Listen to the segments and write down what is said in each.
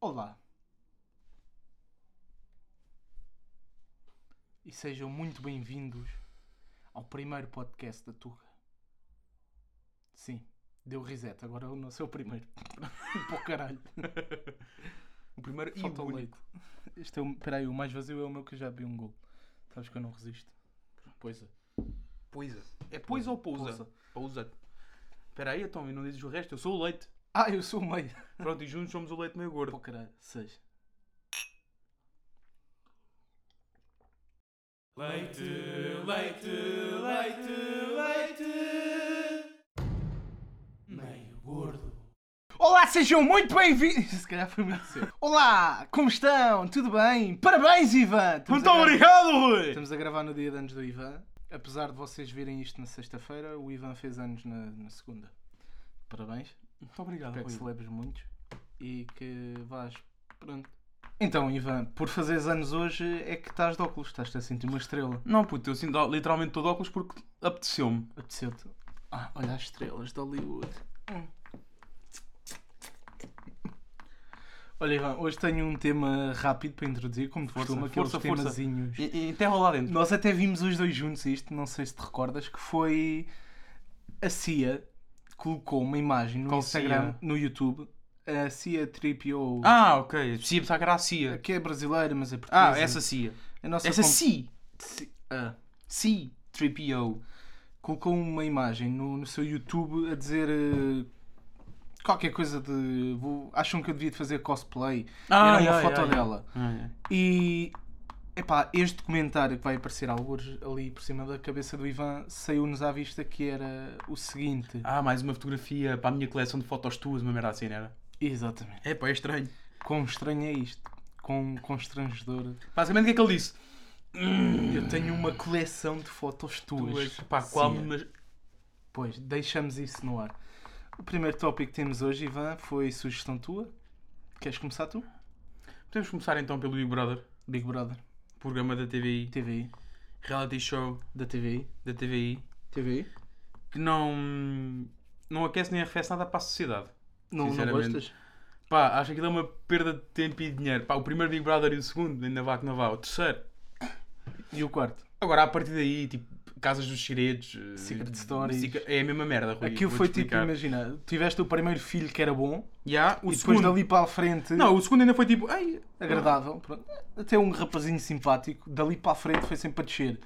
Olá. E sejam muito bem-vindos ao primeiro podcast da Tuga. Sim, deu reset, agora eu não sei o primeiro. Pô, caralho. O primeiro e Falta o o único. leite. Este é o, peraí, o mais vazio é o meu que eu já vi um gol. Sabes que eu não resisto. Pois é. Poisa. É poisa ou pousa? Pousa. Espera aí, então, e não dizes o resto. Eu sou o leite. Ah, eu sou o meio. Pronto, e juntos somos o leite meio gordo. Pô, caralho. Seis. Leite, leite, leite, leite. Meio gordo. Olá, sejam muito bem-vindos. Se calhar foi muito cedo. Olá, como estão? Tudo bem? Parabéns, Ivan! Estamos a gra- obrigado, Rui! Estamos a gravar no dia de anos do Ivan. Apesar de vocês virem isto na sexta-feira, o Ivan fez anos na, na segunda. Parabéns. Muito obrigado, Espero que Rui. celebres muitos e que vás. Pronto. Então, Ivan, por fazeres anos hoje é que estás de óculos, estás-te a sentir uma estrela. Não, puto, eu sinto ó- literalmente todo óculos porque apeteceu-me. Apeteceu-te. Ah, olha as estrelas de Hollywood. Hum. Olha, Ivan, hoje tenho um tema rápido para introduzir, como de Força, costume, aqueles força, força. temazinhos. E, e enterra lá dentro. Nós até vimos os dois juntos isto, não sei se te recordas, que foi a CIA colocou uma imagem no Qual Instagram, Cia? no YouTube, a CIA Tripio, Ah, ok. Cia, pensava que era a Cia. que é brasileira, mas é portuguesa. Ah, essa Cia. A nossa Essa comp- Cia. Ci- ah, Cia. 3PO. colocou uma imagem no, no seu YouTube a dizer eh, qualquer coisa de. vou- acham que eu devia de fazer cosplay. Ah, Era uma foto dela. E epá, este comentário que vai aparecer alguns ali por cima da cabeça do Ivan saiu-nos à vista que era o seguinte. Ah, mais uma fotografia para a minha coleção de fotos tuas, uma merda assim, não era? Exatamente. É pá, é estranho. Quão estranho é isto? Quão constrangedor. Basicamente, o que é que ele disse? Eu tenho uma coleção de fotos tuas. Pá, qual Sim. é. mas- Pois, deixamos isso no ar. O primeiro tópico que temos hoje, Ivan, foi sugestão tua. Queres começar tu? Podemos começar então pelo Big Brother, Big Brother, programa da TVI, TVI, reality show da TVI. da TVI, TVI? que não, não aquece nem arrefece nada para a sociedade. Não, não Sinceramente. gostas? Pá, acho que aquilo é uma perda de tempo e de dinheiro. Pá, o primeiro Big Brother e o segundo, ainda vá que não vá, o terceiro. E o quarto? Agora, a partir daí, tipo, Casas dos Segredos, eh, Secret Stories. Secret- é a mesma merda, Rui. Aquilo vou-te foi tipo, explicar. imagina, tiveste o primeiro filho que era bom, Ya, o e depois segundo... dali para a frente, Não, o segundo ainda foi tipo, ei, agradável, pronto. até um rapazinho simpático, dali para a frente foi sempre a descer.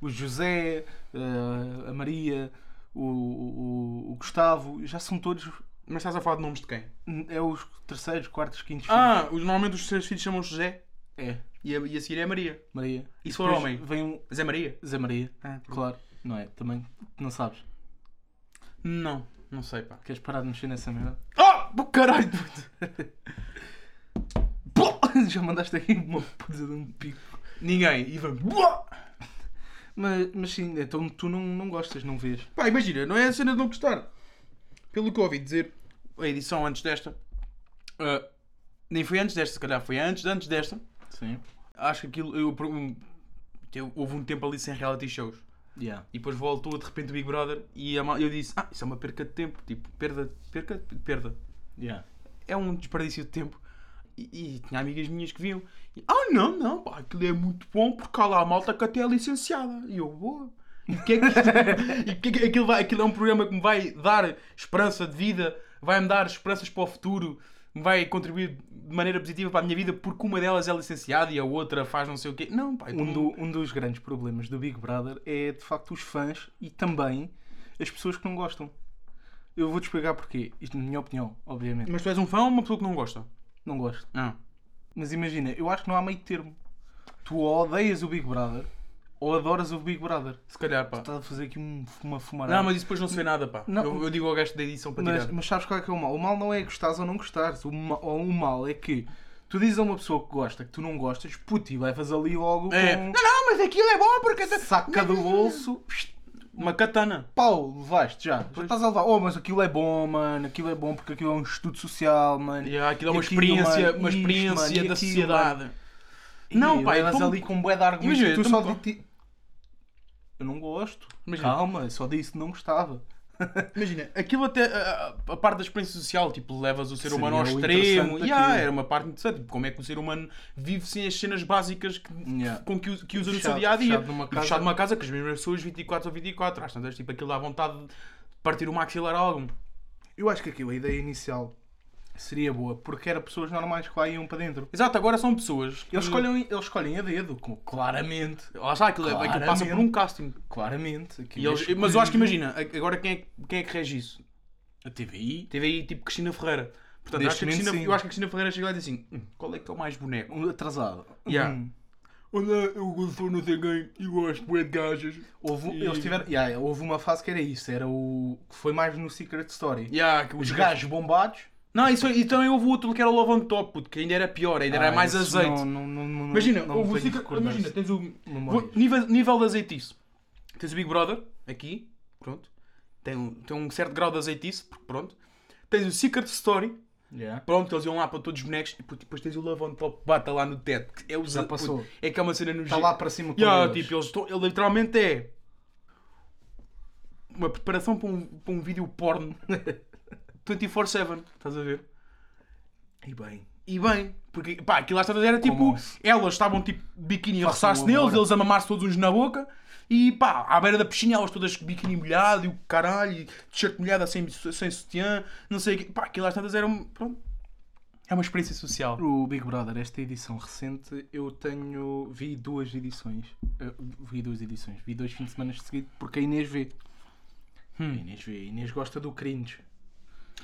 O José, eh, a Maria, o, o- o Gustavo, já são todos, mas estás a falar de nomes de quem? é os terceiros, quartos, quintos Ah, os, normalmente os seus filhos chamam José filhos. É, e a, e a seguir é Maria. Maria. E se for Depois homem? Vem um Zé Maria? Zé Maria, Ah, claro, não é? Também, não sabes. Não, não sei, pá. Queres parar de mexer nessa merda? Ah, oh, caralho! Pló! Já mandaste aqui uma puta de um pico. Ninguém. E vamos. Mas, mas sim, então tu não, não gostas, não vês. Pá, imagina, não é a cena de não gostar. Pelo que eu ouvi dizer, a edição antes desta. ah, nem foi antes desta, se calhar foi antes, de antes desta. Sim. Acho que aquilo. Eu, um, teve- houve um tempo ali sem reality shows. Yeah. E depois voltou de repente o Big Brother e a mal- eu disse: Ah, isso é uma perca de tempo. Tipo, perda, perca, perda. Yeah. é um desperdício de tempo. E, e tinha amigas minhas que viam. E, ah, não, não, pá, aquilo é muito bom porque há lá a malta que até é licenciada. E eu, boa. E o que é que isto- e o que é que- aquilo, vai- aquilo é um programa que me vai dar esperança de vida, vai-me dar esperanças para o futuro, me vai contribuir de maneira positiva para a minha vida porque uma delas é licenciada e a outra faz não sei o quê. Não, pá, Um, então, do- um dos grandes problemas do Big Brother é de facto os fãs e também as pessoas que não gostam. Eu vou-te explicar porquê. Isto na minha opinião, obviamente. Mas tu és um fã ou uma pessoa que não gosta? Não gosto. Não. Mas imagina, eu acho que não há meio termo. Tu ou odeias o Big Brother ou adoras o Big Brother. Se calhar, pá. Estás a fazer aqui um- uma fumarada. Não, mas isso depois não se vê nada, pá. Não. Eu, eu digo ao gajo da edição para Mas, tirar. mas sabes qual é que é o mal? O mal não é gostares ou não gostares. O, ma- ou o mal é que tu dizes a uma pessoa que gosta que tu não gostas, puto, e levas ali logo É. com Não, não, mas aquilo é bom porque. saca do bolso, Uma katana. pau, levaste já. Já estás a levar. Oh, mas aquilo é bom, mano. Aquilo é bom porque aquilo é um estudo social, mano. Yeah, aquilo é uma E aquilo, experiência, mano, uma isto, experiência mano, e da aquilo, sociedade. Não, e pá, levas então- ali com um bué de argumentos Imagina, que tu então- só de ti... Eu não gosto. Imagina. Calma, só disse que não gostava. Imagina, aquilo até. A, a- a parte da experiência social, tipo, levas o ser Seria humano ao o extremo. interessante Yeah, daquilo. era uma parte interessante. Tipo, como é que o ser humano vive sem as cenas básicas que, Yeah. com que, usa- que usa no seu Fechado- dia a dia. fechado numa E casa. Fechado numa casa com as mesmas pessoas 24 ou 24. Às tantas, tipo, aquilo dá vontade de partir o maxilar a algum. Eu acho que aquilo, a ideia inicial seria boa, porque era pessoas normais que lá iam para dentro. Exato, agora são pessoas. que- Eles escolhem, eles escolhem a dedo, com- claramente. Lá está, aquilo, é- aquilo Claramente. passa por um casting. Claramente. aquilo E eles- escolhem- mas eu acho que imagina, a- agora quem é, que- quem é que rege isso? A TVI, Teve aí tipo Cristina Ferreira. Portanto, Neste acho que a momento, Cristina, sim. eu acho que a Cristina Ferreira chega lá e diz assim: "Hum, qual é que é o mais boneco? um atrasado. Yeah. Hum. Olá, eu sou não sei quem e gosto bué de gajas. Houve, um- E- eles tiveram, yeah, houve uma fase que era isso, era o. que foi mais no Secret Story. Yeah, que Os os gajos. gajos bombados. Não, isso, e também houve outro que era o Love on Top, puto, que ainda era pior, ainda era Ah, mais esse azeite. não- não- não- não- imagina, não houve o tenho Secret- recordações. imagina, tens o Memórias. nível, nível de azeitice. Tens o Big Brother, aqui, pronto. Tem um, tem um certo grau de azeitice, porque pronto. Tens o Secret Story, Yeah. pronto, eles iam lá para todos os bonecos. E puto, depois tens o Love on Top, bata lá no teto. que É o Já passou. É que é uma cena no Está Tá lá para cima com Yeah, eles. tipo, eles estão, ele literalmente é uma preparação para um, para um vídeo porno 24-7, estás a ver? E bem. E bem, porque pá, aquilo lá estava a dizer era tipo, Como? elas estavam tipo de biquíni a Façam roçar-se neles, agora. eles a mamar-se todos uns na boca e pá, à beira da piscina elas todas de biquíni molhado e o caralho, e t-shirt molhada sem, sem sutiã, não sei o quê. Pá, aquilo lá estava a dizer era um- pronto, é uma experiência social. O Big Brother, esta edição recente, eu tenho. vi duas edições. Eh, vi duas edições. Vi dois fins de semana de seguido porque a Inês vê. A Inês vê. A Inês gosta do cringe.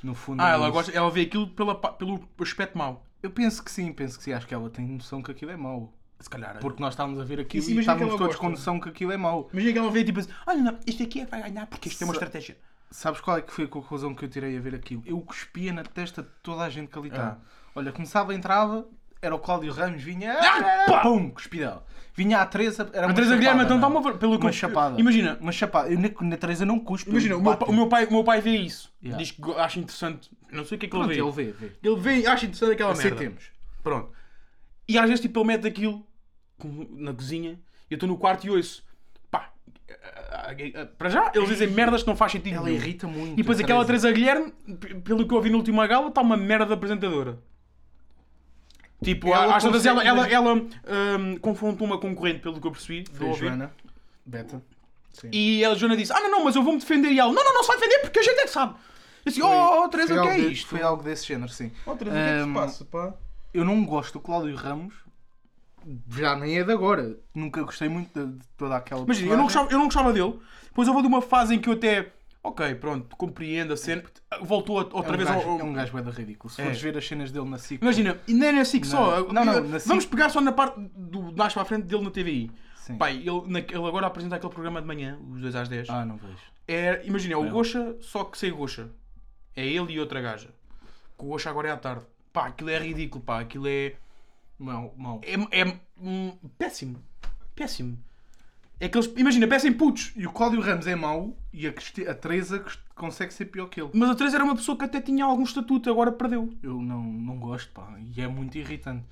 No fundo. Hum. Ah, é ela, isso. gosta, ela vê aquilo pela, pa- pelo aspecto mau. Eu penso que sim, penso que sim. Acho que ela tem noção que aquilo é mau. Se calhar. Porque nós estávamos a ver aquilo Isso e imagina que estávamos ela todos gosta. com noção que aquilo é mau. Imagina que ela vê tipo assim: olha, não, isto aqui é para ganhar porque isto é uma Sa- estratégia. Sabes qual é que foi a conclusão que eu tirei a ver aquilo? Eu cuspia na testa de toda a gente que ali Ah. está. Olha, começava, entrava, era o Cláudio Ramos, vinha. Ah, pá! Pum! Cuspidão. Vinha a Teresa, era A uma Teresa Guilherme, chapada, então está não é? uma. ver- Pelo que Uma eu- chapada. Imagina, Uma chapada. Eu na, na Teresa não cuspo. imagina eu o, meu, pa- bato. o meu pai, o meu pai vê isso. Yeah. Diz que go- acha interessante. Não sei o que é que ele Pronto, vê. ele vê, vê. Ele vê e acha interessante aquela merda. Aceitemos. Pronto. E às vezes tipo, ele mete aquilo com- na cozinha e eu estou no quarto e ouço. Pá. ah, ah, ah, Para já, eles dizem merdas que não faz sentido. Ela nenhum. irrita muito. E depois a aquela Teresa Guilherme, p- pelo que eu ouvi no último gala, está uma merda de apresentadora. Tipo, Ela ela às tantas ela, consegue- ela, ela hum, confrontou uma concorrente, pelo que eu percebi. do Foi a ouvir. Joana. Beta. Sim. E a Joana disse: Ah, não, não, mas eu vou-me defender. E ela: Não, não, não se vai defender porque a gente é que sabe. E assim: Oh, Teresa, Foi o que é algo Hum, de- isto? Foi algo desse género, sim. Oh, Teresa, Ahm, pá? Eu não gosto do Cláudio Ramos. Já nem é de agora. Nunca gostei muito de, de toda aquela Imagina, eu não, gostava, eu não gostava dele. Depois eu vou de uma fase em que eu até. Ok, pronto, compreendo a cena. Voltou a- outra Outra é um vez vez gajo, ao. ao- É um gajo bué da ridículo. Se É. fores ver as cenas dele na SIC. Imagina, e nem é assim que só. Não, não, é assim. na Vamos pegar só na parte do de baixo para a frente dele na TVI. Sim. Pai, ele, na- ele agora apresenta aquele programa de manhã, os 2 às 10. Ah, não vejo. É, imagina, é o Não. Gocha, só que sem Gocha. É ele e outra gaja. Que o Gocha agora é à tarde. Pá, aquilo é ridículo, pá. Aquilo é. Mau, mau. É, é, hum, péssimo. Péssimo. É que eles. Imagina, péssimo putos. E o Cláudio Ramos é mau e a, Cristi- a Teresa cons- consegue ser pior que ele. Mas a Teresa era uma pessoa que até tinha algum estatuto, agora perdeu. Eu não, não gosto, pá, e é muito irritante.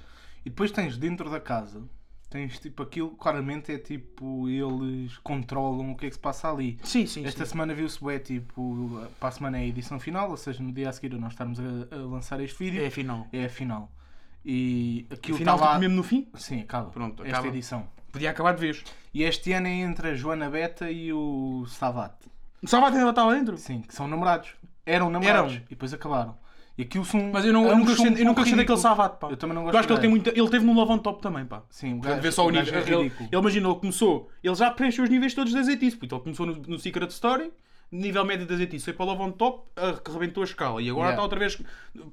E depois tens dentro da casa, tens tipo aquilo, claramente é tipo, eles controlam o que é que se passa ali. Sim, sim. Esta semana viu-se bué, tipo, para a semana é a edição final, ou seja, no dia a seguir a nós estarmos a, a lançar este vídeo, É a final. é, a final. E aquilo Final, está lá... tipo, mesmo no fim? Sim, acaba. Pronto, Esta acaba. edição. Podia acabar de vez. E este ano é entre a Joana Beta e o Savate. Só vai tentar estar lá dentro? Sim, que são namorados. Eram namorados. Eram. E depois acabaram. E aquilo são. Mas eu, não, eu ambos nunca são gostei, eu nunca gostei daquele ridículos. Savate, pá. Eu também não um Eu gosto acho que ele, tem dele. muita, ele teve no Love on Top também, pá. Sim, o Portanto, gajo, vê só o nível. gajo é ele, ridículo. ele imagina, ele começou, ele já preencheu os níveis todos das ETIs. Puto, ele começou no, no Secret Story, nível médio das ETIs, foi para o Love on Top, ah, que rebentou a escala. E agora Yeah. está outra vez.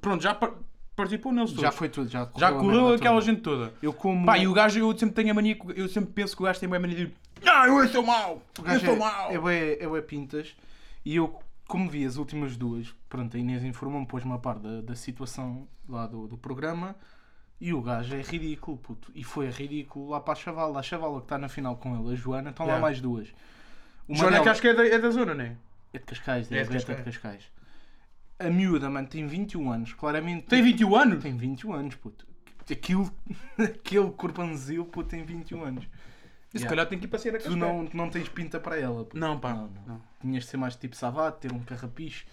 Pronto, já par- participou neles todos. Já foi tudo, já correu, Já a correu merda aquela toda. gente toda. Eu como. Pá, e o gajo, eu sempre tenho a mania, que- eu sempre penso que o gajo tem bem a mania de. Ah, eu sou mau! o Eu gajo sou mau! é, é, bué- é bué pintas. E eu, como vi as últimas duas, pronto, a Inês informou-me, pôs-me a par da, da situação lá do, do programa. E o gajo é ridículo, puto. E foi ridículo lá para a Chavala. A Chavala que está na final com ele, a Joana, estão Yeah. lá mais duas. Uma Joana, que delas- acho que é da, é da zona, não é? É de Cascais, É é de de, Cascais. de Cascais. A miúda, mano, tem 21 anos, claramente. Tem 21 anos? um Tem 21 anos, puto. Aquilo, aquele corpanzil, puto, tem 21 anos. Eu se Yeah. calhar tenho que ir para ser a Tu Cascais. não, tu não tens pinta para ela. puto. Não, pá. Não, Não, não. Tinhas de ser mais tipo savate, ter um carrapicho.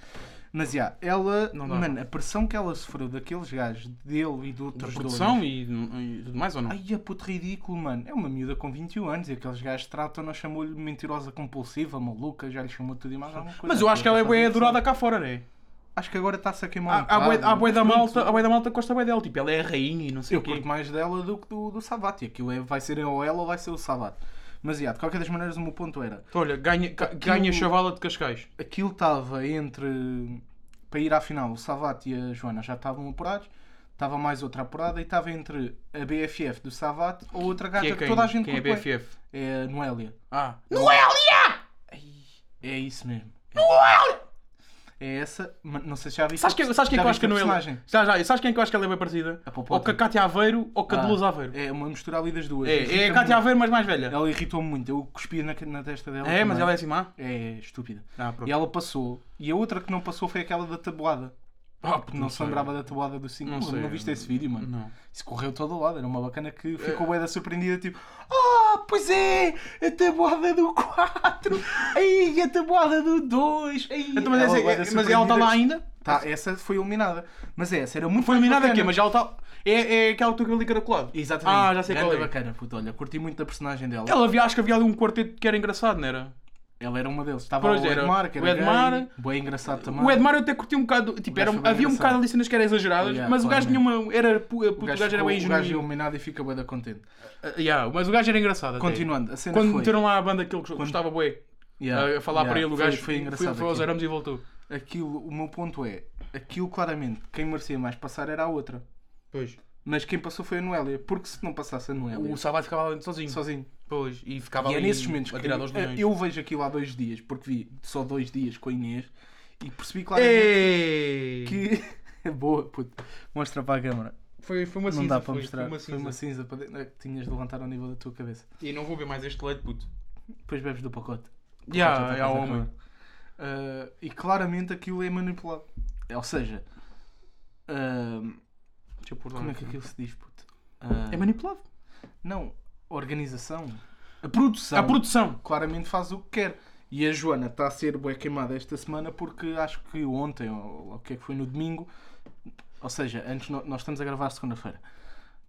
Mas já, ela, Não dá. mano, a pressão que ela sofreu daqueles gajos, dele e de Da outros produção donos. e, e tudo mais ou não? Ai, a puto ridículo, mano. É uma miúda com 21 anos e aqueles gajos tratam-na, chamou-lhe mentirosa compulsiva, maluca, já lhe chamou tudo e mais alguma coisa. tá Mas eu acho que ela é Fazem bem isso. adorada cá fora, né? um Acho que agora está-se a queimar. um Há bocado, a boia da mas pronto, malta, a boia da malta gosta bem dela, tipo, ela é a rainha e não sei Eu o quê. curto mais dela do que do, do Savate. Aquilo é, vai ser ou ela ou vai ser o Savate. Mas, já, de qualquer das maneiras, o meu ponto era... Então, olha, ganha, ca- ganha chavala de Cascais. aquilo estava entre para ir à final, o Savate e a Joana já estavam apurados, estava mais outra apurada e estava entre a BFF do Savate ou outra gaja Que que, é quem? toda a gente quem é curte bué. BFF? É a Noélia. Ah, É isso mesmo. É essa, mas não sei se já viste. Sabes quem, sabes quem já que eu acho viste que a não é personagem? Já, já, sabes quem que eu acho que ela é bem parecida? A ou Popota. com a Cátia Aveiro ou com a Deluz Aveiro. É uma mistura ali das duas. Ah. É, é a Irrita-me Cátia muito. Aveiro, mas mais velha. Ela irritou-me muito. Eu cuspia na, na testa dela. É, mas também. ela é assim má? É estúpida. Ah, pronto. E ela passou. E a outra que não passou foi aquela da tabuada. Ah, puto, Não, se sei. lembrava da tabuada do 5. Não Não, sei. não viste esse vídeo, mano? Não. É. Isso correu todo o lado, era uma bacana que ficou bué da surpreendida, tipo, ah, pois é, a tabuada do 4, aí a tabuada do 2, aí... Então, mas, essa- bué da mas ela está lá surpreendida. ainda? Tá, essa foi eliminada, mas é, essa era muito Foi eliminada bacana. aqui, mas ela está. É, é aquela que tu ali caracolado. Exatamente. Ah, já sei Grande qual é. bacana, puto, olha, curti muito da personagem dela. Ela, Ela havia, acho que havia ali um quarteto que era engraçado, não era? era uma deles, estava Pois o era, Edmar, que era o Edmar. gay, bué engraçado também. O Edmar eu até curti um bocado, tipo, gajo era, foi bem havia um engraçado. bocado ali cenas que eram exageradas, Yeah, mas o gajo tinha claramente. uma. Era, pu- puto, Oh, o O gajo, gajo, era ficou- bem o gajo é genuíno. eliminado e fica bué da contente. Ah, yeah, mas o gajo era engraçado. até. Continuando, a cena Quando foi... meteram lá a banda aquele que gostava bué, Yeah, a falar yeah, para ele, o foi- gajo foi engraçado foi aos aquilo. arames e voltou. aquilo, o meu ponto é, aquilo claramente, quem merecia mais passar era a outra. Pois. Mas quem passou foi a Noélia, porque se não passasse a Noélia, O Savate ficava ali sozinho. sozinho. Pois, e ficava e é ali nesses momentos que atirado aos leões. eu vejo aquilo há dois dias, porque vi só dois dias com a Inês e percebi claramente Ei! que. É boa, puto. Mostra para a câmara. Foi, foi uma Não cinza, dá para foi, mostrar. foi uma cinza. cinza para dentro. É que tinhas de levantar ao nível da tua cabeça. E não vou ver mais este leite, puto. Depois bebes do pacote. Já, Já já, está quase a homem. acabar. Ah, e claramente aquilo é manipulado. Ou seja, ah, Deixa eu pôr lá. como é que aquilo se diz, puto? Ah, É manipulado. Não, a organização. A produção. A produção. claramente faz o que quer. E a Joana está a ser bué queimada esta semana porque acho que ontem, ou ou o que é que foi, no domingo, ou seja, antes no- nós estamos a gravar segunda-feira,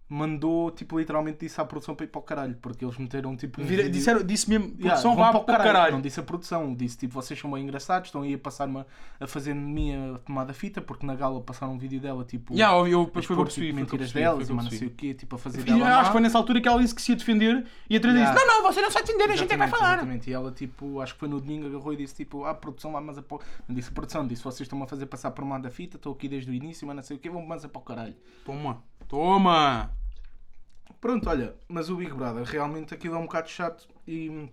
mandou, tipo, literalmente disse à produção para ir para o caralho, porque eles meteram, tipo, um Vira- vídeo- disseram, disse mesmo, Yeah, produção vão vá Uhum. para o caralho. Não disse a produção, disse, tipo, vocês são bem engraçados, estão aí a passar-me a fazer de mim a tomada fita, porque na gala passaram um vídeo dela, tipo, Já, eu, eu, a foi o que eu expor, percebi. tipo, foi o que eu mentiras percebi, delas, e foi o que eu mas não sei percebi. o quê, tipo, a fazer E dela acho que má. foi nessa altura que ela disse que se ia defender e a Teresa Yeah. disse: Não, não, você não se vai defender, a gente é que vai Exatamente, falar. Exatamente. E ela, tipo, acho que foi no domingo, agarrou e disse, tipo, ah, produção lá, mas a pau... Não disse produção, disse, vocês estão-me a fazer passar por mal da fita, estou aqui desde o início, mas não sei o quê, vão-me a para o caralho. Toma, toma. Pronto, olha, mas o Big Brother, realmente aquilo é um bocado chato e...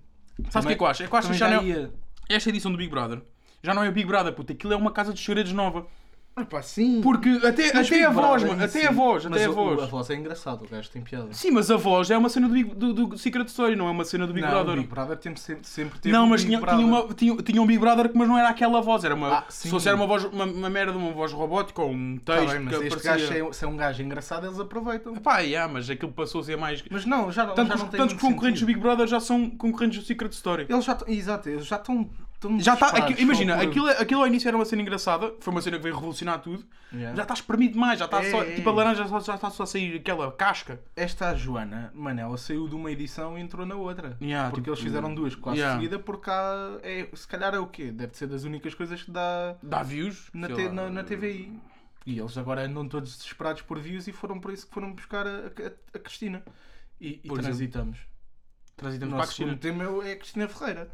Sabes o que é que eu acho? É que eu acho que também já não é- ia... esta edição do Big Brother já não é o Big Brother, puta, aquilo é uma casa de segredos nova. Ah, pá, sim. Porque até, Mas até Big a voz, Brother mano, em até si. a voz, Mas até a o- voz. a voz é engraçada, o gajo tem piada. Sim, mas a voz é uma cena do, Big, do, do Secret Story, não é uma cena do Big não, Brother. o Big Brother tem sempre, sempre teve Não, um mas Big tinha, tinha, Brother. uma, tinha, tinha um Big Brother que mas não era aquela voz, era uma. Ah, se sim. fosse era uma voz, uma, uma merda, uma voz robótica ou um Tá texto bem, mas que este aparecia. gajo, se é, se é um gajo engraçado, eles aproveitam. Pá, yeah, mas aquilo passou a ser mais. Mas não, já, Tanto, já os- não tem tanto os muito concorrentes sentido. do Big Brother já são concorrentes do Secret Story. Eles já t- exato, eles já estão. Já tá, aqui- imagina, aquilo, aquilo ao início era uma cena engraçada, foi uma cena que veio revolucionar tudo. Já está espremido mais, já está É, só. é, Tipo, a é. laranja só- já está só a sair aquela casca. Esta a Joana, mano, ela saiu de uma edição e entrou na outra. Yeah, porque tipo, eles fizeram duas quase yeah. seguida, porque há, é, se calhar é o quê? Deve ser das únicas coisas que dá Dá views. na, sei T- lá. eh, na, na TVI. E eles agora andam todos desesperados por views e foram por isso que foram buscar a, a- a Cristina. E, e Por exemplo. transitamos. O Transitamos para é. a nosso Cristina. segundo tema é a Cristina Ferreira.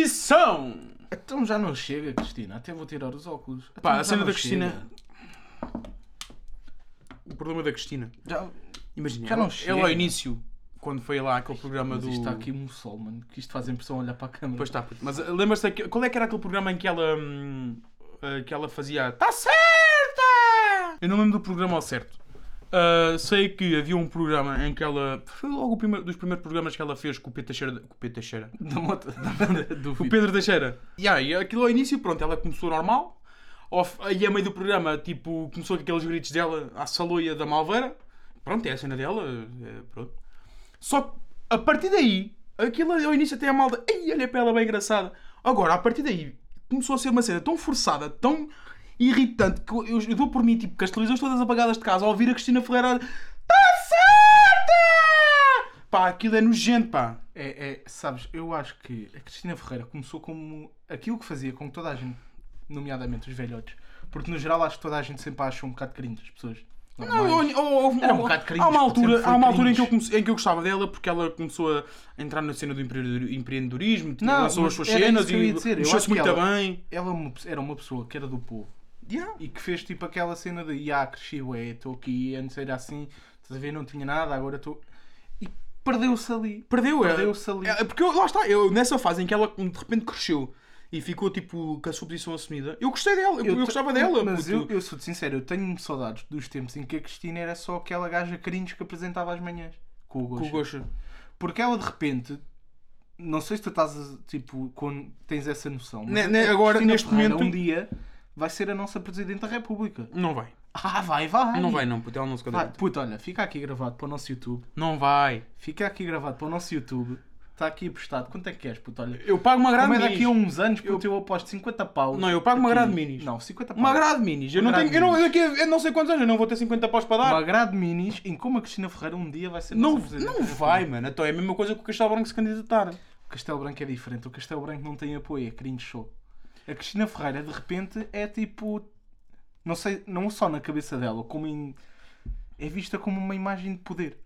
Transição! Então já não chega, Cristina. Até vou tirar os óculos. Então Pá, já a cena não da Cristina. chega. O problema da Cristina. Já, Imagina, Já ela, não chega. ela ao início, quando foi lá aquele programa é mas do. isto está aqui um sol, mano. Que isto faz a impressão olhar para a câmera. Pois está, puto. mas uh, lembra-se daquele- Qual é que era aquele programa em que ela. hum, uh, que ela fazia. Tá certa! Eu não lembro do programa ao certo. Uh, sei que havia um programa em que ela. Foi logo o primeiro, dos primeiros programas que ela fez com o Pedro Teixeira. Com o Pedro Teixeira. Da moto. Da banda do O Pedro Teixeira. Yeah, e aquilo ao início, pronto, ela começou normal. Ao f- Aí a meio do programa, tipo, começou com aqueles gritos dela à saloia da Malveira. Pronto, é a cena dela. é, pronto. Só que a partir daí, Aquilo ao início até a malda, ei, olha para ela bem engraçada. Agora, a partir daí, começou a ser uma cena tão forçada, tão irritante, que eu, eu dou por mim, tipo, com as televisões todas apagadas de casa, a ouvir a Cristina Ferreira, tá certa! Pá, aquilo é nojento, pá. É, é, sabes, eu acho que a Cristina Ferreira começou como aquilo que fazia com que toda a gente, nomeadamente os velhotes, porque no geral acho que toda a gente sempre acha um bocado cringe as pessoas. Não, normais. eu- eu- houve- Era um houve- bocado cringe, há uma porque altura, sempre foi há uma altura em, cringe. que eu comecei- em que eu gostava dela porque ela começou a entrar na cena do empreendedor- empreendedorismo, tipo, Não, lançou mas as suas era isso cenas que eu ia e dizer, eu acho mexeu-se que muito ela- bem. Ela é uma pe- era uma pessoa que era do povo e que fez tipo aquela cena de ah, cresci, ué, estou aqui, antes era assim, estás a ver, não tinha nada, agora estou. E perdeu-se ali. Perdeu, é- Perdeu-se ali. é- porque eu- lá está, eu, nessa fase em que ela de repente cresceu e ficou tipo com a sua posição assumida, eu gostei dela, eu, eu te- gostava dela. Mas eu, puto. eu sou-te sincero, eu tenho saudades dos tempos em que a Cristina era só aquela gaja cringe que apresentava às manhãs. Com o Com o gosto. Gosha. Porque ela de repente. Não sei se tu estás a- tipo, quando tens essa noção. mas Ne- ne- a Né, agora, Cristina neste Ferreira, momento- Um dia vai ser a nossa Presidente da República. Não vai. Ah, vai, vai. Não vai, não, puto, ela não se Vai, candidata. puto, olha, fica aqui gravado para o nosso YouTube. Não vai. Fica aqui gravado para o nosso YouTube. Está aqui apostado. Quanto é que queres, puto? Olha. Eu pago uma grade Como é minis. daqui a uns anos, puto, eu, aposto 50 paus. Não, eu pago uma Aqui. grade minis. Não, 50 paus. um- Uma grade minis. Eu não Grade tenho. Eu não, daqui a, eu não sei quantos anos, eu não vou ter 50 paus para dar. Uma grade minis em como a Cristina Ferreira um dia vai ser Não, nossa presidente. não vai, mano. Então é a mesma coisa que o Castelo Branco se candidatar. O Castelo Branco é diferente. O Castelo Branco não tem apoio, é cringe show. A Cristina Ferreira, de repente, é tipo. Não sei, não só na cabeça dela, como em. É vista como uma imagem de poder.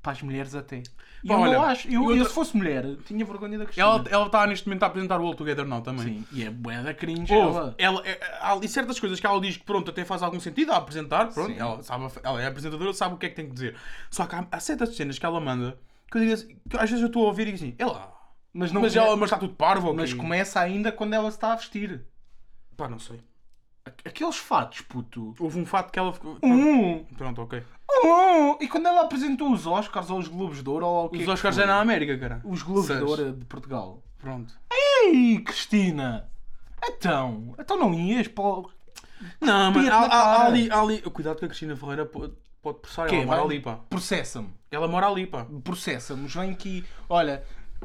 Para as mulheres, até. E Pá, eu olha, não acho. Eu, eu eu outra- se fosse mulher, tinha vergonha da Cristina. Ela está neste momento a apresentar o All Together Now também. Sim, e é bué da cringe. Ouve, ela. ela, é- é- há ali certas coisas que ela diz que pronto, até faz algum sentido a apresentar, pronto, Sim. ela, sabe, ela é apresentadora, sabe o que é que tem que dizer. Só que há, há certas cenas que ela manda que, eu digo assim- que às vezes eu estou a ouvir e digo assim, ela, Mas, não mas, é come- ela, mas está tudo parvo, mas é- ok? começa ainda quando ela se está a vestir. Pá, não sei. Aqu- Aqueles fatos, puto. Houve um fato que ela ficou. Um, Pronto, ok. um. E quando ela apresentou os Oscars ou os Globos de Ouro ou lá o que é Os que Oscars foi? é na América, cara. Os Globos de Sãs. Ouro de Portugal. Pronto. Ei, Cristina! Então, então não ias para o... Não, mas Pira há, na há- há cara. ali, há ali. Cuidado que a Cristina Ferreira pode, pode processar. Quê? Ela mora Vai- ali, pá. Processa-me, é Ela mora ali, pá. processa-me, vem aqui. Olha,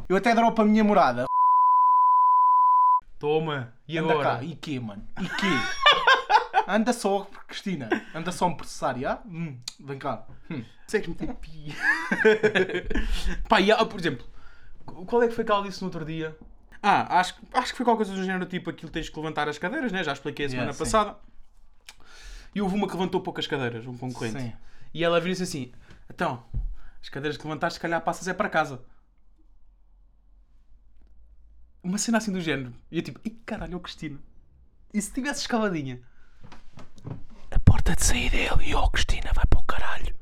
eu até dropo a minha morada. Toma. E Anda agora? cá, e quê, mano? E quê? Anda só, Cristina, anda só me processar, já? Hum, vem cá. Hum. Segues-me com pi. é um Pá, e há, por exemplo, qual é que foi que ela disse no outro dia? Ah, acho, que- acho que foi qualquer coisa do género, tipo aquilo tens que levantar as cadeiras, né? Já expliquei a semana Yeah, sim. passada. E houve uma que levantou poucas cadeiras, um concorrente. Sim. E ela vira-se assim: então, as cadeiras que levantaste, se calhar passas é para casa. Uma cena assim do género. E eu tipo: e caralho, ô Cristina. E se tivesse escavadinha? A porta de saída é ali, ó Cristina, vai para o caralho.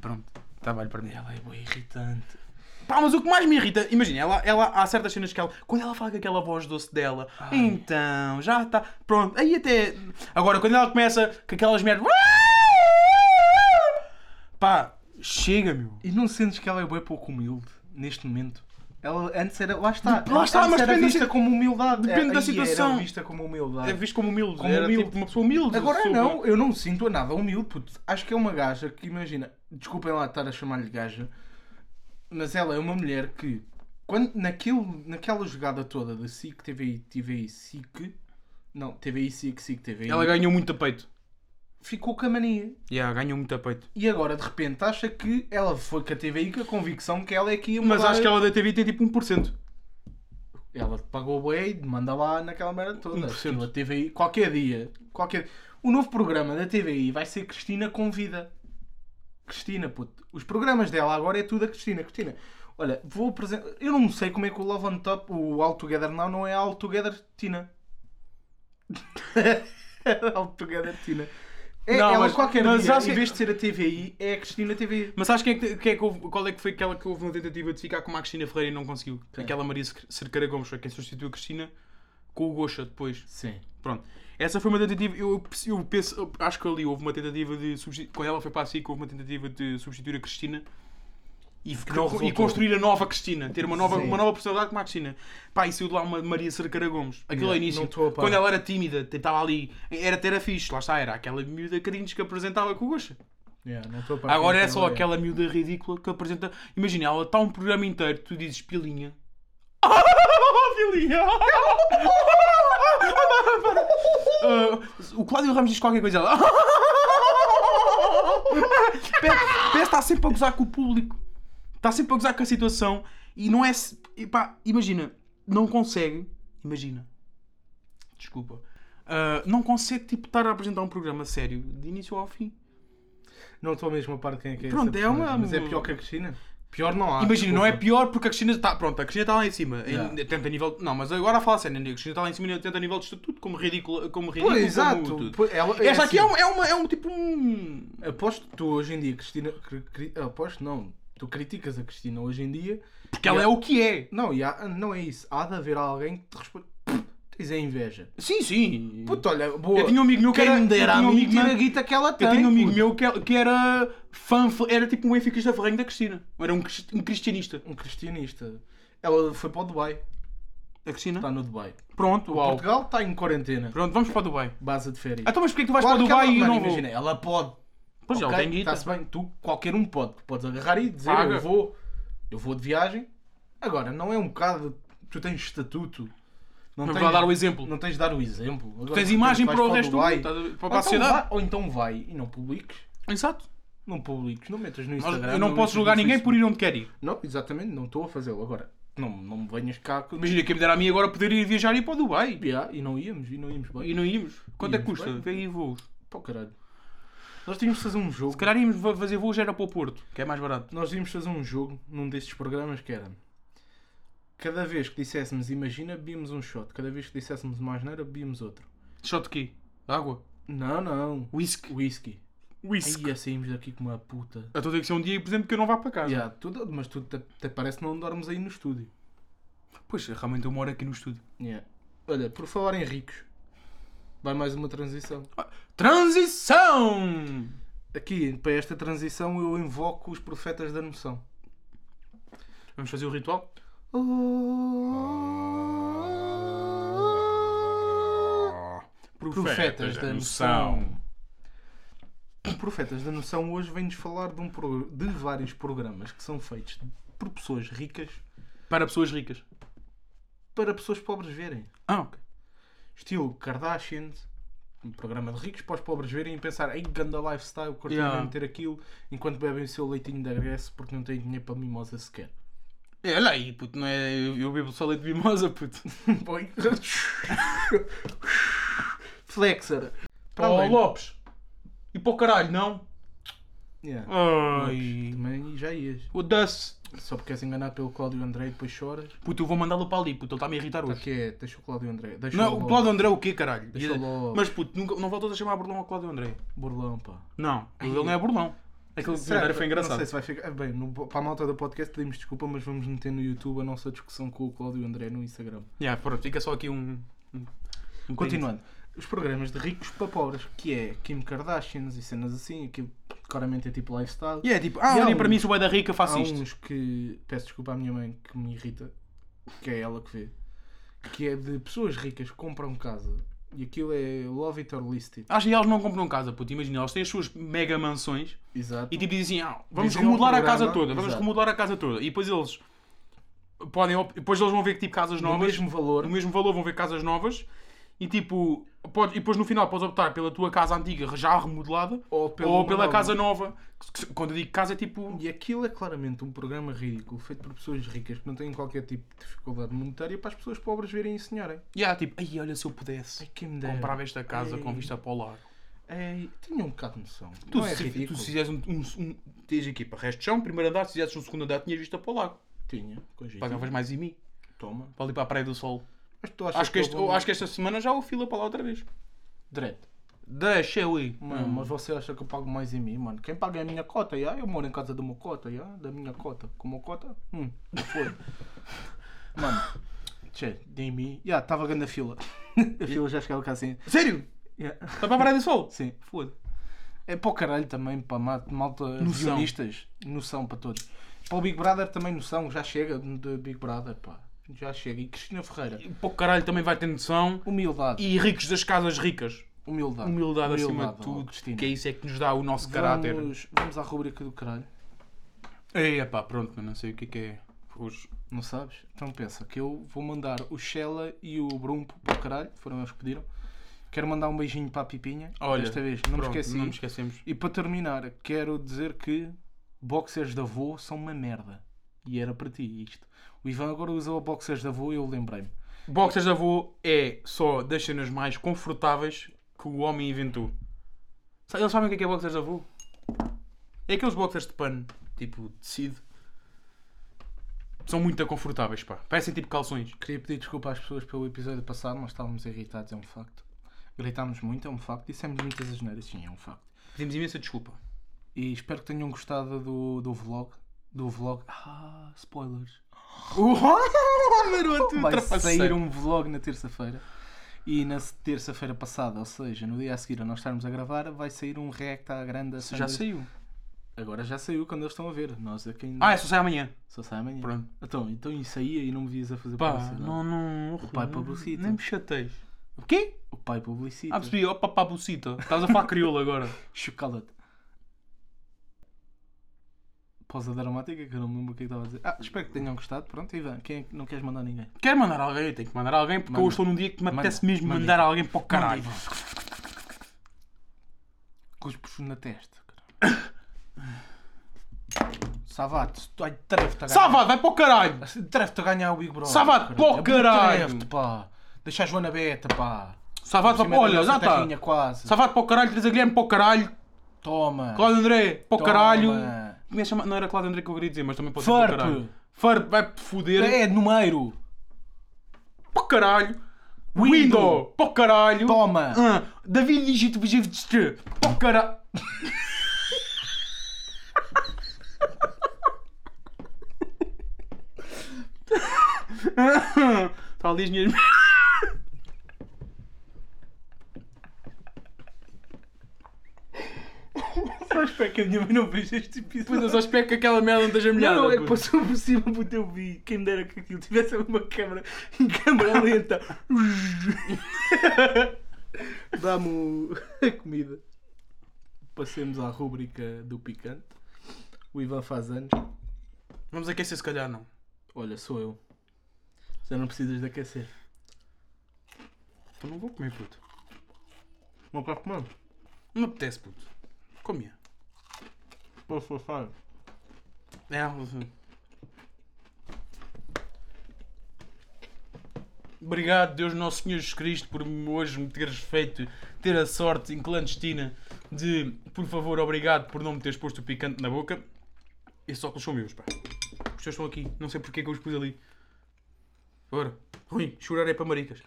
Pronto, trabalho para mim. Ela é bem irritante. Pá, mas o que mais me irrita, imagina, ela, ela, há certas cenas que ela, quando ela fala com aquela voz doce dela, então, já está, pronto, aí até. Agora, quando ela começa com aquelas merdas. Pá, chega, meu. E não sentes que ela é bem pouco humilde, neste momento? Ela antes era, lá está, Lá está, antes mas era depende da vista si- como humildade. depende da É, Aí situação. Era vista como humildade. É visto como humilde, Como era humilde. tipo uma pessoa humilde. Agora super- não, eu não me sinto a nada humilde, puto. Acho que é uma gaja que, imagina, desculpem lá estar a chamar-lhe gaja, mas ela é uma mulher que, quando, naquilo, naquela jogada toda da SIC, TVI, TVI, SIC, não, TVI, SIC, SIC, TVI, Ela ganhou muito a peito. ficou com a mania. Yeah, ganhou muito a peito. E agora, de repente, acha que ela foi com a TVI com a convicção que ela é que ia Mas mudar. acho que ela da TV tem tipo 1%. Ela pagou bué e manda lá naquela merda toda. 1%. Aquilo, A TVI, qualquer dia, qualquer... O novo programa da TVI vai ser Cristina Convida. Cristina, puto. Os programas dela agora é tudo a Cristina. Cristina, olha, vou apresentar... Eu não sei como é que o Love on Top, o All Together Now, não é All Together Tina. All Together Tina. É, Não, ela mas- qualquer mas dia, é- acho em que- vez de ser a TVI, é a Cristina TVI. Mas sabes quem é que, quem é que houve- qual é que foi aquela que houve uma tentativa de ficar com a Cristina Ferreira e não conseguiu? Aquela Maria Cer- Cerqueira Gomes, foi quem substituiu a Cristina com o Gocha depois. Sim. Pronto. Essa foi uma tentativa. Eu, eu penso. eu acho que ali houve uma tentativa de substituir. Quando ela foi para a SIC, houve uma tentativa de substituir a Cristina e, cri- não e resultou. construir a nova Cristina. Ter uma nova, Sim. uma nova personalidade como a Cristina. Pá, e saiu de lá uma Maria Cercara Gomes. Aquilo Não, ao início. não estou a par. Quando ela era tímida, tentava ali. Era até era fixe. Lá está, era aquela miúda carinhos que apresentava com o Gosta. Yeah, não estou para Agora é aquilo só que aquela miúda ridícula que apresenta. Imagina, ela está um programa inteiro, tu dizes pilinha. pilinha! Ah, o Cláudio Ramos diz qualquer coisa. Ela... Parece parece que está sempre a gozar com o público. Está sempre a gozar com a situação. E não é. se- e pá, imagina, não consegue. Imagina. Desculpa. Ah, não consegue tipo, estar a apresentar um programa sério de início ao fim. Não estou mesmo a par de quem é que é Pronto, essa é personagem, uma- Mas é pior que a Cristina? Pior não há. tipo, Imagina, não é Ah, desculpa. pior porque a Cristina está. Pronto, a Cristina está lá em cima. em- Yeah. tanto a nível. Não, mas agora a falar sério, a Cristina está lá em cima tanto a nível de estatuto como ridícula. Como ridículo, Pois, como exato. tudo. Pois, ela- é Esta aqui é, assim, um, é, uma, é um tipo um. Aposto que tu hoje em dia, Cristina. cri- cri- Aposto não. Tu criticas a Cristina hoje em dia. Porque ela é o que é. Não, e há- não é isso. Há de haver alguém que te responde. Tens a inveja. Sim, sim. Puto, olha, boa. Eu tinha um amigo meu que Quem era- me eu dera a tinha um mim amigo ter meu- a guita que ela tem. Eu tenho um amigo puto. meu que, que era fã, era tipo um Benfica da Ferreira da Cristina. Era um, crist- um cristianista. Um cristianista. Ela foi para o Dubai. A Cristina? Está no Dubai. Pronto, uau. Portugal está em quarentena. Pronto, vamos para o Dubai. Base de férias. Ah, Então, mas porquê que tu vais Claro para o que ela- Dubai e eu mano, não vou? imagina, ela pode. Pois ela Ok, tem guita. Está-se bem. Tu, qualquer um pode. Podes agarrar e dizer, Paga. eu vou. Eu vou de viagem. Agora, não é um bocado... Tu tens estatuto. Não vai dar o exemplo. Não tens de dar o exemplo. Agora, tens de repente, imagem vais para o o resto do Dubai. mundo, estás a ver? Para- Ou para a então sociedade. vai- Ou então vai e não publiques. Exato. Não publiques. Não metas no Nós- Instagram. eu não posso metas julgar no ninguém Facebook. por ir onde quer ir. Não, exatamente. Não estou a fazê-lo. Agora, não, não me venhas cá... com- Imagina, quem me dera a mim agora poder ir viajar e ir para o Dubai. Yeah, e não íamos. E não íamos bem. E não íamos. Quanto é que Íamos, custa? bem. Vem aí voos. Pá, caralho. Nós tínhamos de fazer um jogo. Se calhar íamos va- fazer voos era para o Porto, que é mais barato. Nós íamos fazer um jogo num destes programas que era. Cada vez que disséssemos imagina, bebíamos um shot. Cada vez que disséssemos mais neira, bebíamos outro. Shot de quê? Água? Não, não. Whisky. Whisky. Whisky. Aí saímos daqui com uma puta. Então tem que ser um dia, por exemplo, que eu não vá para casa. Ya, tu- mas tu te, te parece que não dormes aí no estúdio. Pois, realmente eu moro aqui no estúdio. Ya. Olha, por falar em ricos, vai mais uma transição. Transição! Aqui, para esta transição, eu invoco os profetas da noção. Vamos fazer o ritual? Oh. Profetas da Noção. O Profetas da Noção hoje vem-nos falar de, um pro- de vários programas que são feitos por pessoas ricas Para pessoas ricas. para pessoas pobres verem. Ah, ok. Estilo Kardashian, um programa de ricos para os pobres verem e pensar, ei, ganda lifestyle, curtem Yeah. mesmo ter aquilo, enquanto bebem o seu leitinho de agresso porque não têm dinheiro para mimosa sequer. É, olha aí, puto, não é. Eu, eu bebo só leite de mimosa, puto. Boi. Flexer. Para Ó, além- Lopes! E para o caralho, não? Yeah. Oh, Ai. Também já ias. O Dust. Só porque és enganado pelo Cláudio André e depois choras. Puto, eu vou mandá-lo para ali, puto, ele está-me a irritar hoje. Porque é, deixa o Cláudio André. Deixa Não, o o Cláudio André é o quê, caralho? Deixa logo. Mas puto, nunca, não voltas a chamar Burlão ao Cláudio André. Burlão, pá. Não, ele não é Burlão. Aquele Será comentário que- foi Não engraçado. sei se vai ficar. ah, Bem, no- para a malta do podcast pedimos desculpa, mas vamos meter no YouTube a nossa discussão com o Cláudio André no Instagram. Um Yeah, pronto, fica só aqui um. um- um Continuando. Os programas de ricos para pobres, que é Kim Kardashian e cenas assim, que claramente é tipo lifestyle. E é tipo, ah, E há olhem um- para mim, sou bué da rica, Há faço isto. uns que. Peço desculpa à minha mãe que me irrita, que é ela que vê. Que é de pessoas ricas que compram casa e aquilo é love it or list it. Acho que elas não compram casa, puto. Imagina, elas têm as suas mega mansões Exato. e tipo dizem assim: ah, vamos Dizem ao remodelar a programa, casa toda, vamos exato. remodelar a casa toda. E depois eles podem, op- depois eles vão ver que tipo casas no novas, é mesmo valor. do mesmo valor, vão ver casas novas e tipo, pode, e depois no final podes optar pela tua casa antiga já remodelada Ou pela ou pela nova. casa nova. Que se- Quando eu digo casa é tipo. E aquilo é claramente um programa ridículo feito por pessoas ricas que não têm qualquer tipo de dificuldade monetária para as pessoas pobres verem e senhorem. Yeah, tipo, ai, olha se eu pudesse. Ai, quem me dera. Comprava esta casa Ei. com vista para o lago. Ei, tenham um bocado de noção. Tu, não é se, tu ridículo. se fizesse um, um, um. Tens aqui para resto de chão, primeiro andar, se fizesse um segundo andar, tinhas vista para o lago. Tinha, com jeitinho. Pagavas mais em mim, Toma. para ali para a Praia do Sol. Mas tu achas Acho que, eu este- vou- acho que esta semana já o fila para lá outra vez. Direto. Deixa eu ir. Mano, mas você acha que eu pago mais em mim, mano? Quem paga é a minha cota, já? Eu moro em casa do meu cota, já? Da minha cota. Com uma cota? Hum, já foi. mano, tchê, de mim. Já, estava grande a fila. A fila já chegava cá assim. Sério? Ya. Está para a Praia do Sol? Sim. Foda. É para o caralho também, para malta, malta Noção. guionistas. Noção para todos. Para o Big Brother também noção, já chega de Big Brother, pá. Já chega. E Cristina Ferreira, Pô, caralho, também vai ter noção. humildade. E ricos das casas ricas. Humildade. Humildade, acima Humildade, de ó, tudo, Cristina. que é isso é que nos dá o nosso caráter. Vamos, vamos à rubrica do caralho. É, pá, pronto, mas não sei o que é que é. Hoje. Não sabes? Então pensa que eu vou mandar o Shella e o Brumpo para o caralho. Foram eles que pediram. Quero mandar um beijinho para a Pipinha. Olha, desta vez, não pronto, me esqueci. Não me esquecemos. E para terminar, quero dizer que boxers da avô são uma merda. E era para ti isto. O Ivan agora usou boxers da avô e eu lembrei-me. Boxers da avô é só das cenas mais confortáveis que o homem inventou. Sa- Eles sabem o que é, que é boxers da avô? É aqueles boxers de pano, tipo tecido. São muito confortáveis, pá. Parecem tipo calções. Queria pedir desculpa às pessoas pelo episódio passado, nós estávamos irritados, é um facto. Gritámos muito, é um facto. Dissemos muitas asneiras, sim, é um facto. Pedimos imensa desculpa. E espero que tenham gostado do, do vlog. Do vlog. Ah, spoilers. Maroto, Vai trapaceiro. sair um vlog na terça-feira. E na terça-feira passada, ou seja, no dia a seguir a nós estarmos a gravar, vai sair um react à grande. a Já Sandra- saiu. Agora já saiu quando eles estão a ver. Nós aqui ainda Ah, é só sai amanhã. só sai amanhã. Pronto. Então, então isso aí aí não me vias a fazer Pá, publicidade. não, não. O pai publicita. Nem me chateias. O quê? O pai publicita. Ah, percebi. Opa, pabucita. Estás a falar crioulo agora. Chocolate. Pausa dramática que eu não me lembro o que é que estava a dizer. Ah, espero que tenham gostado. Pronto, Ivan, quem é que não queres mandar ninguém? Quero mandar alguém, eu tenho que mandar alguém, porque Manda. eu estou num dia que me Manda. apetece mesmo Manda. mandar alguém para o caralho. Manda, Cuspos na testa. Salvate, treve-te a ganhar. Salvado, vai para o caralho! Treve-te a ganhar o Big Brother. Salvate, pô, caralho! Treve-te, pá. Deixa a Joana Beta, pá. Salvado Por cima vai para. da Olha, nossa já está! terrinha, quase. Salvado para o caralho, Teresa Guilherme para o caralho, Toma. Cláudio André para o Toma. caralho. Como é que chama- Não era Cláudio André que eu queria dizer, mas também pode ser para o Farp. caralho. Farp, vai para foder. É, número. Para o caralho! Window. Window, para o caralho! Toma. Ah, David Ligito Vigeviste, para o caralho! Está ali as minhas. Só espero que a minha mãe não veja este Pois episódio. eu só espero que aquela merda não esteja molhada. Não, é que puto. passou por cima do teu vi. Quem me dera que aquilo tivesse uma câmera em câmera lenta. Dá-me o- a comida. Passemos à rúbrica do picante. O Ivan faz anos. Vamos aquecer se calhar não. Olha, sou eu. Já não precisas de aquecer. Eu não vou comer, puto. Não quero comer? Não me apetece, puto. Comia. Posso fazer? É, eu- Obrigado, Deus Nosso Senhor Jesus Cristo, por hoje me teres feito ter a sorte em clandestina de, por favor, obrigado por não me teres posto o picante na boca. É Esses óculos são meus, pá. Os teus estão aqui, não sei porque é que eu os pus ali. Ora, ruim, chorar é para maricas.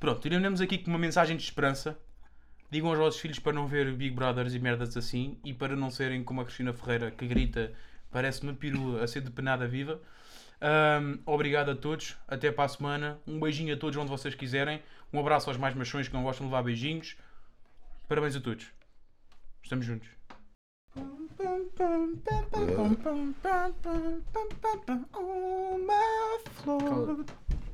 Pronto, terminamos aqui com uma mensagem de esperança. Digam aos vossos filhos para não ver Big Brothers e merdas assim e para não serem como a Cristina Ferreira que grita, parece uma perua a ser depenada viva. Ahm, obrigado a todos, até para a semana. Um beijinho a todos onde vocês quiserem. Um abraço aos mais machões que não gostam de levar beijinhos. Parabéns a todos. Estamos juntos. Cala-te.